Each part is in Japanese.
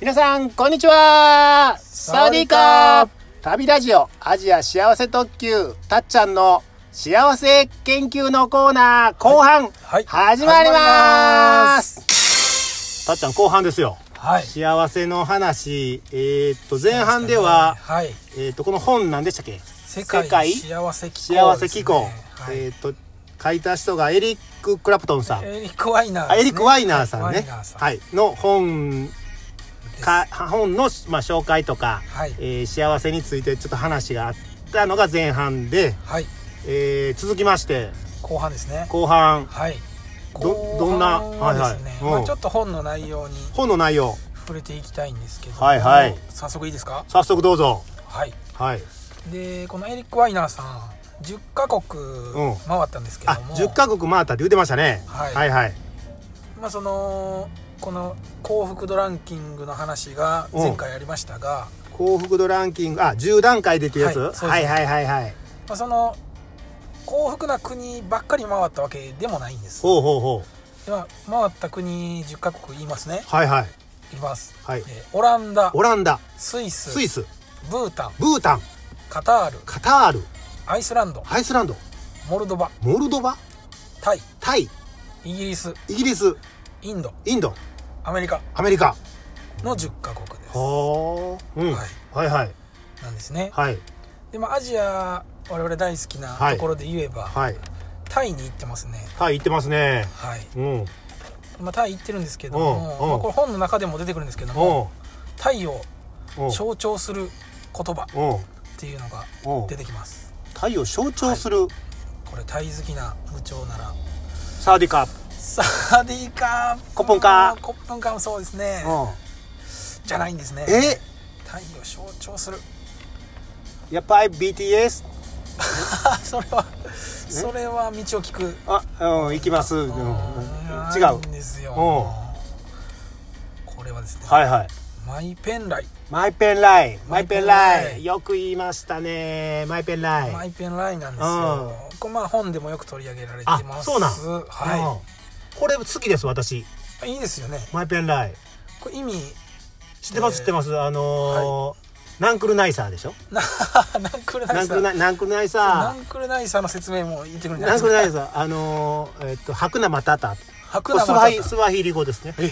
皆さん、こんにちはサワディーカー旅ラジオアジア幸せ特急、たっちゃんの幸せ研究のコーナー、後半、はい始まりますたっちゃん、後半ですよ。はい。幸せの話、えーっと、前半では、はい。えーっと、この本なんでしたっけ世界世幸せ機構、幸せ機構。はい、えーっと、書いた人がエリック・クラプトンさん。エリック・ワイナー、あエリック・ワイナーさんワイねナー。さんはい。の本ですか本の、まあ、紹介とか、はいえー幸せについてちょっと話があったのが前半で、はい。えー続きまして後半ですね。後半はい。どどんな後半はですね、はいはいうんまあ、ちょっと本の内容に本の内容触れていきたいんですけども、はいはい早速いいですか早速どうぞはい。はいで、このエリック・ワイナーさん、10カ国ん回ったんですけあども、 10カ国回ったって言ってましたね、はいはいはいまあその、この幸福度ランキングの話が前回ありましたが、幸福度ランキングあ10段階でっていうやつ、はいそうではすい、はいはいはいまあ、その幸福な国ばっかり回ったわけでもないんですほうほうほう今回った国10カ国言いますねはいはい言います、はいえーオランダオランダスイススイスブータンブータンカタールカタールアイスランドアイスランドモルドバモルドバタイタイイギリスイギリスインドインドアメリカアメリカの10カ国ですはあ、うんはいはいはいなんですね、はいでまあアジア我々大好きなはいところで言えば、はいタイに行ってますねタイ行ってますねはい、うんまあ、タイ行ってるんですけどおも、うおうまあ、これ本の中でも出てくるんですけどもおうタイをおう象徴する言葉おうっていうのがおう出てきますタイを象徴するこれタイ好きな部長ならサーディカサディカーコップンカーコップンカーもそうですねーじゃないんですねえタイを象徴するやっぱり BTS あそれはそれは道を聞くあうん行きますうん違う違うんですよおうこれはですね、はいはいマイペンライ、マイペンライマイペンマイペンラライイよく言いましたねマイペンライマイペンライなんですよこれまあ本でもよく取り上げられてますあそうなんはうんこれ好きです私いいいですよねマイペンライこれ意味知ってます知えーってますあのーナンクルナイサーでしょななんくるなナいンクさルナイナンクルナイナサンクルナイサーの説明も言ってくるんーじゃなナいンクでルナすイサーあのーえっと白生タタか。これスワヒスワヒリ語ですねえ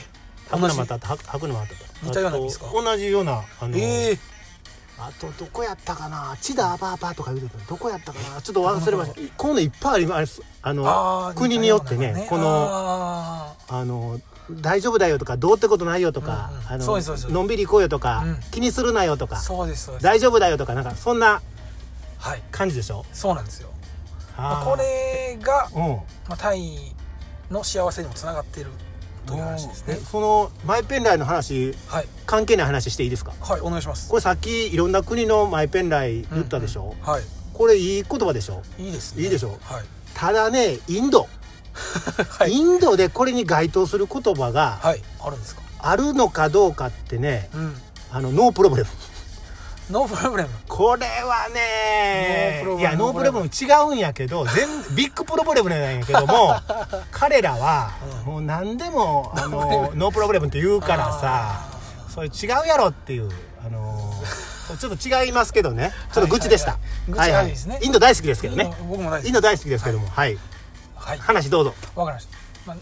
白生タタ白白生タタ似たような意味ですかあと同じようなあのーええあとどこやったかな千田アバーバーとか言うてたどこやったかなちょっと忘れましたこういうのいっぱいありますあのあー国によって似たようなねねこのああの大丈夫だよとかどうってことないよとか、うんうんあのそうですそうですのんびり行こうよとか、うん気にするなよとーかそうですそうです大丈夫だよとかなんかそんなはい感じでしょそうなんですよまああーこれが、うんまあ、タイの幸せにもつながっているという話ですえねそのマイペンライの話はい関係ない話していいですかはいお願いしますこれさっきいろんな国のマイペンライ言ったでしょ、うんはいこれいい言葉でしょいいですねいいでしょはいただねインド、はい、インドでこれに該当する言葉がはい、あるんですかあるのかどうかってねうんあのノープロブレムノープロブレムこれはねノープロいブレムやノープロブレム違うんやけど全 ビッグプロブレムなんやけど も彼らはうんもう何でもあのノープロブレムって言うからさそれ違うやろっていうあのちょっと違いますけどねちょっと愚痴でしたはいはいはい愚痴がいいですねインド大好きですけどイねンド僕も大好きインド大好きですけどもはい、はい話どうぞわかりました、まあ、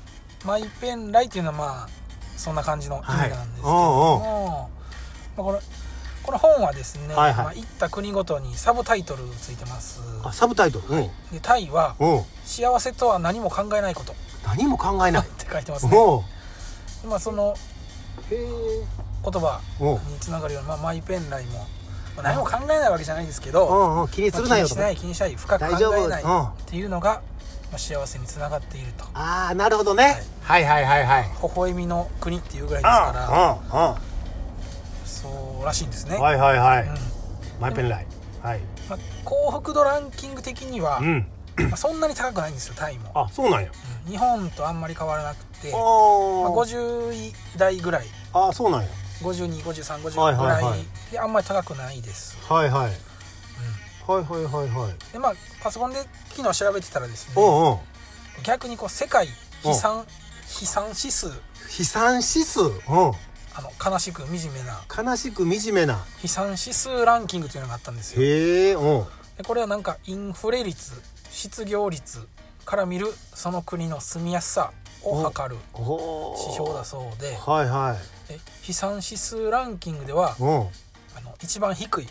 マイペンライっていうのはまあそんな感じの意味なんですけどはも、まあ、これこの本はですね、はいはいまあ、行った国ごとにサブタイトルついてますあサブタイトルうんでタイはうん「幸せとは何も考えないこと」っ何も考えないて書いてますねもまあそのうへえ言葉おうにつながるような、まあ、マイペンライも、まあ、何も考えないわけじゃないですけうど、んうん気にまあするな気よにとしか、ない気にしない深く大丈考え夫ないうんっていうのが、まあ、幸せにつながっているとああなるほどね、はい、はいはいはいはい微笑みの国っていうぐらいですからあそうらしいんですあね、はいはいはうんいマイペンライはいまあ、幸福度ランキング的には、んまあそんなに高くないんですよタイも、あそうなんやうん日本とあんまり変わらなくて、まあ、あ50位台ぐらいああそうなんやはい525350ぐはらいいはいであんまり高くないです、はいはいうはんいはいはいはいでまあパソコンで昨日調べてたらですねおうんうん逆にこう世界飛散飛散指数飛散指数うんあの悲しく惨めな悲しく惨めな飛散指数ランキングというのがあったんですよへえうんでこれはなんかインフレ率失業率から見るその国の住みやすさを測るおー指標だそうではいはいで飛散指数ランキングではうんあの一番低い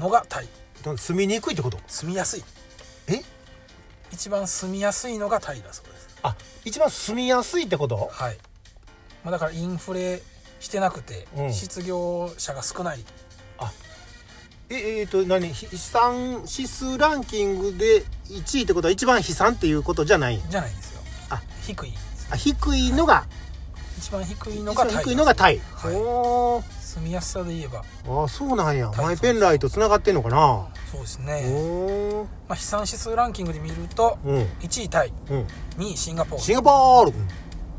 のがタイだから住みにくいってこと住みやすいえ一番住みやすいのがタイだそうですあ一番住みやすいってことはい、まあ、だからインフレしてなくて、うん失業者が少ないええー、と何ひ飛散指数ランキングで1位ってことは一番悲惨っていうことじゃないじゃないんですよあ低いですあ低いのが一番低いの一が番タイ低いのがタイ、はいおー住みやすさで言えばああそうなんやタイマイペンライとつながってんのかなそうですおね、ーまあ、飛散指数ランキングで見るとうん1位タイうん2位シンガポーシンガポールル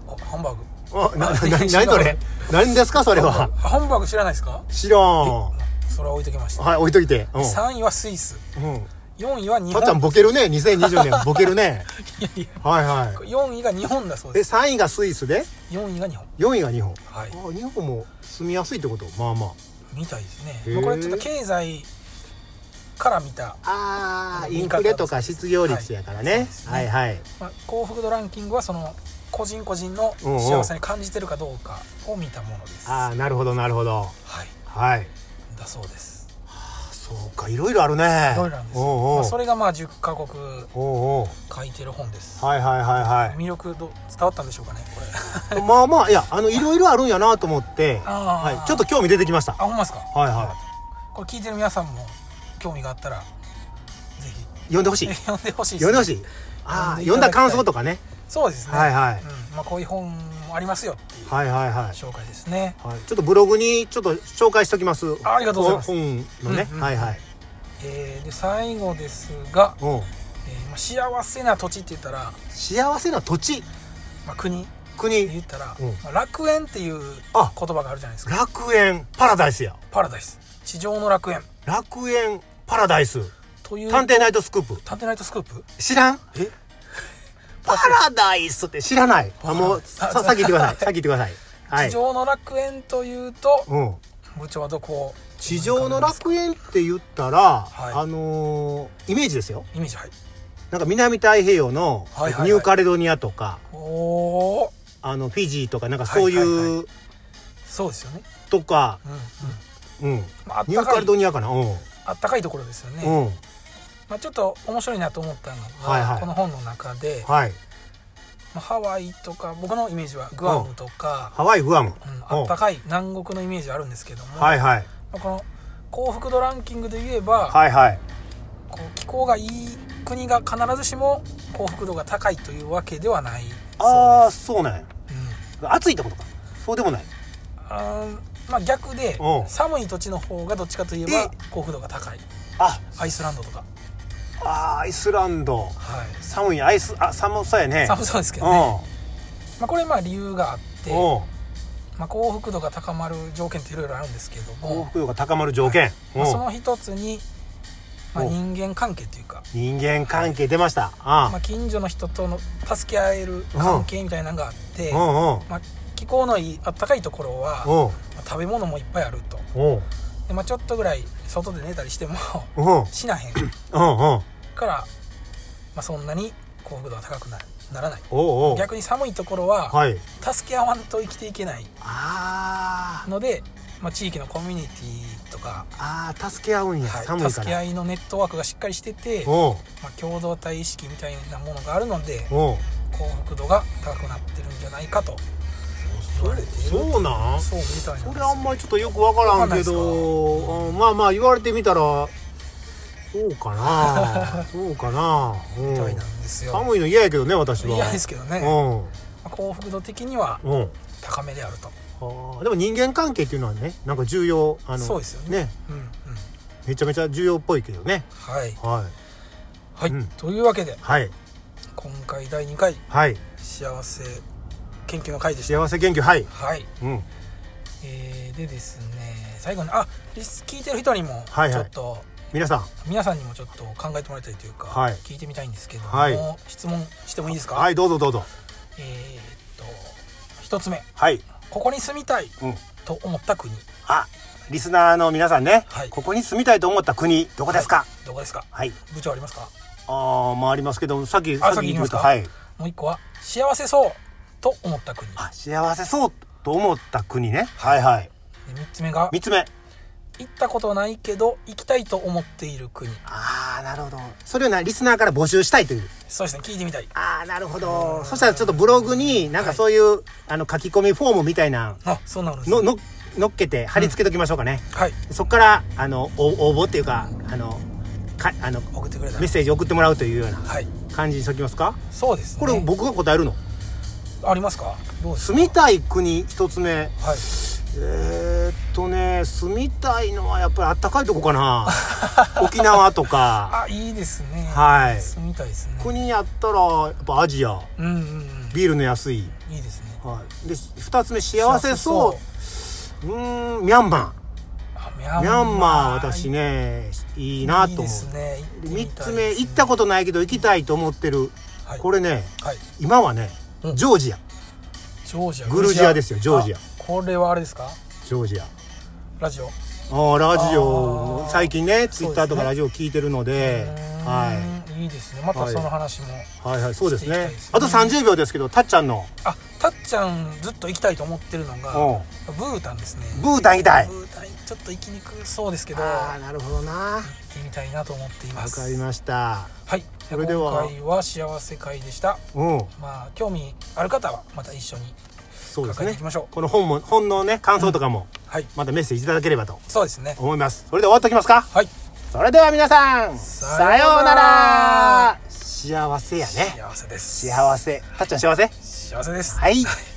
おハンバーグあ なななシン何ガポーそルれ何ですかそれハはンバーグハンバーグ知らないですか知らんそれは置いときました、はい置いといてう3位はスイスん、うん、 4位は日たっちゃん本ボケるね2020年 ボケるねいやいやはいはい4位が日本だそうでです3位がスイスで4位が日本4位が日本はいあ日本も住みやすいってことまあまみたいですねへーまあこれちょっと経済から見た、ああー見イン方フレとか失業率やからはいそうねで、すねはい、はいまあ、幸福度ランキングはその個人個人のうんうん幸せに感じてるかどうかを見たものですああなるほどなるほどはいはいだそうですそうかいろいろあるねいろいろなんですよおうおうまあ、それがまあ10カ国おうおう書いてる本です、はいはいはい魅力どう伝わったんでしょうかねこれ はいまあまあいやあのいろいろあるんやなと思って、あーはい、ちょっと興味出てきましたあほんまですかはいはこれ聞いてる皆さんも興味があったらぜい呼んでほし ひい読んでほしいです呼んでほしいああ呼呼んんでいただきたいだ感想とかねそうですねはいはいうんまあ、こういう本もありますよっていうはいはいはい紹介ですねはい、ちょっとブログにちょっと紹介しときます。あありがとうございます本のね、うんうんはいはい。えーで最後ですが、うん。えーまあ、幸せな土地って言ったら、幸せな土地、まあ、国って国、言ったら、うんまあ、楽園っていう言あ葉があるじゃないですか楽園、パラダイスや。パラダイス地上の楽園楽園、パラダイス。という探偵ナイトスクープ。探偵ナイトスクープ知らんえパラダイスって知らない。あ、もう、 さ、さっき言ってください。さっき言ってください。はい。地上の楽園というとうん。部長はどこを地上の楽園って言ったら、はいあのーイメージですよ。イメージはいなんか南太平洋のはいはいはいニューカレドニアとか、おおーあの、フィジーとか、なんかそういう、はいはいそうですよねとか、うんうんうん。まああっニュたーカかレいドニアかな。うん。あったかいところですよね、うん。まあ、ちょっと面白いなと思ったのが、はいはいこの本の中で、はい。まあ、ハワイとか僕のイメージはグアムとか、ハワイ、グアム。うん、あったかい南国のイメージあるんですけども、はいはい。まあこの幸福度ランキングで言えば、はいはい。こう気候がいい国が必ずしも幸福度が高いというわけではないあそうあ、そうなんや。です、暑いってことか。そうでもない。うんあーまあ、逆でうん寒い土地の方がどっちかといええば幸福度が高いあ、アイスランドとか、あーアイスランド。はい、寒い、アイス、あ、寒そうやね。寒そうですけうどん。ね、まあ、これまあ理由があって、うん。まあ、幸福度が高まる条件っていろいろあるんですけど幸も、福度が高まる条件。うまあ、そん。の一つに、まあ、お人間関係というか人間関係出ました。あまあ、近所の人との助け合える関係みたいなのがあって、ーうんうん。まあ、気候のいいあったかいところは、まうん。あ食べ物もいっぱいあるとうん。うん。で、まあ、ちょっとぐらい外で寝た りしてもうん。死なへんうん。うん。から、まあ、そんなに幸福度は高くなならないおうおう。逆に寒いところは、はい。助け合わんと生きていけないあーので、まあ、地域のコミュニティとか、あー、助け合うんや。はい寒いか助けら。合いのネットワークがしっかりしてて、うん。まあ、共同体意識みたいなものがあるのでうん。幸福度が高くなってるんじゃないかと言われているそうなんそうみたいなんそですれあんまりちょっとよくわからんけわどうんまあまあ言われてみたらそうか なそうかな、うんみたいなんですよ寒いの嫌やけどね私は嫌ですけどね、まうあ幸福度的にはんうん高めであるとあーでも人間関係っていうのはねなんか重要あのそうですよねうんうんめちゃめちゃ重要っぽいけどねはい、はいはいうんというわけではい今回第2回はい幸せ研究の回でした幸せ研究はいはいうんえー、でですね最後にあリス聞いてる人にもちょはいはいっと、皆さん皆さんにもちょっと考えてもらいたいというか、はい聞いてみたいんですけども、はい質問してもいいですか、はいどうぞどうぞえーっと一つ目はいここに住みたいうんと思った国あリスナーの皆さんね、はいここに住みたいと思った国どこですかどこですかはい、部長ありますかああまあありますけどさっきさあっき言いましたさっはき言いいもう一個は幸せそうと思った国であ幸せそうと思った国ねはいはい三つ目が3つ目行ったことないけど行きたいと思っている国ああなるほどそれをなリスナーから募集したいというそうですね聞いてみたいああなるほどそしたらちょっとブログになんかそういう、あの書き込みフォームみたいなあそうなのですねのののっけて貼り付けときましょうかね、はいそこからあのお応募っていうかあのかあの送ってくれたメッセージ送ってもらうというようなはい感じにしときますかそうですねこれ僕が答えるのありますかどうです住みたい国一つ目はいえー、っとね住みたいのはやっぱりあったかいとこか な沖縄とかあいいですねはい住みたいですね国にあったらやっぱアジアうんうんうんビールの安い、いいですねはい、で2つ目幸せそううーんミャンマあミーャミャンマーい私いねいいなと思うですね行ってみ3たつい目ですね行ったことないけど行きたいと思ってる、はいこれねはい今はねうんジョージアジョージアグルジアですよジョージアあこれはあれですかジョージアラジオああラジあオー最近ねツそイうですねッターとかラジオ聞いてるのではいいいいですねまたその話もいはいはいそうですしていきたいねですねあと30秒ですけどたっちゃんのあたっちゃんずっと行きたいと思ってるのがうブータンですねんブータン行きたいブータンちょっと行きにくそうですけどあ行あなるほどなわってみたいなと思っていますかりましたはいそれでは今回は幸せ会でしたうんまあ興味ある方はまた一緒にそうで考すえていねきましょうこの本も本のね感想とかもはいまたメッセージいただければとそうですね思いますそれで終わっときますかはいそれでは皆さんささよよううなならら幸せやね幸せです幸せたっちゃん幸せ幸せですはい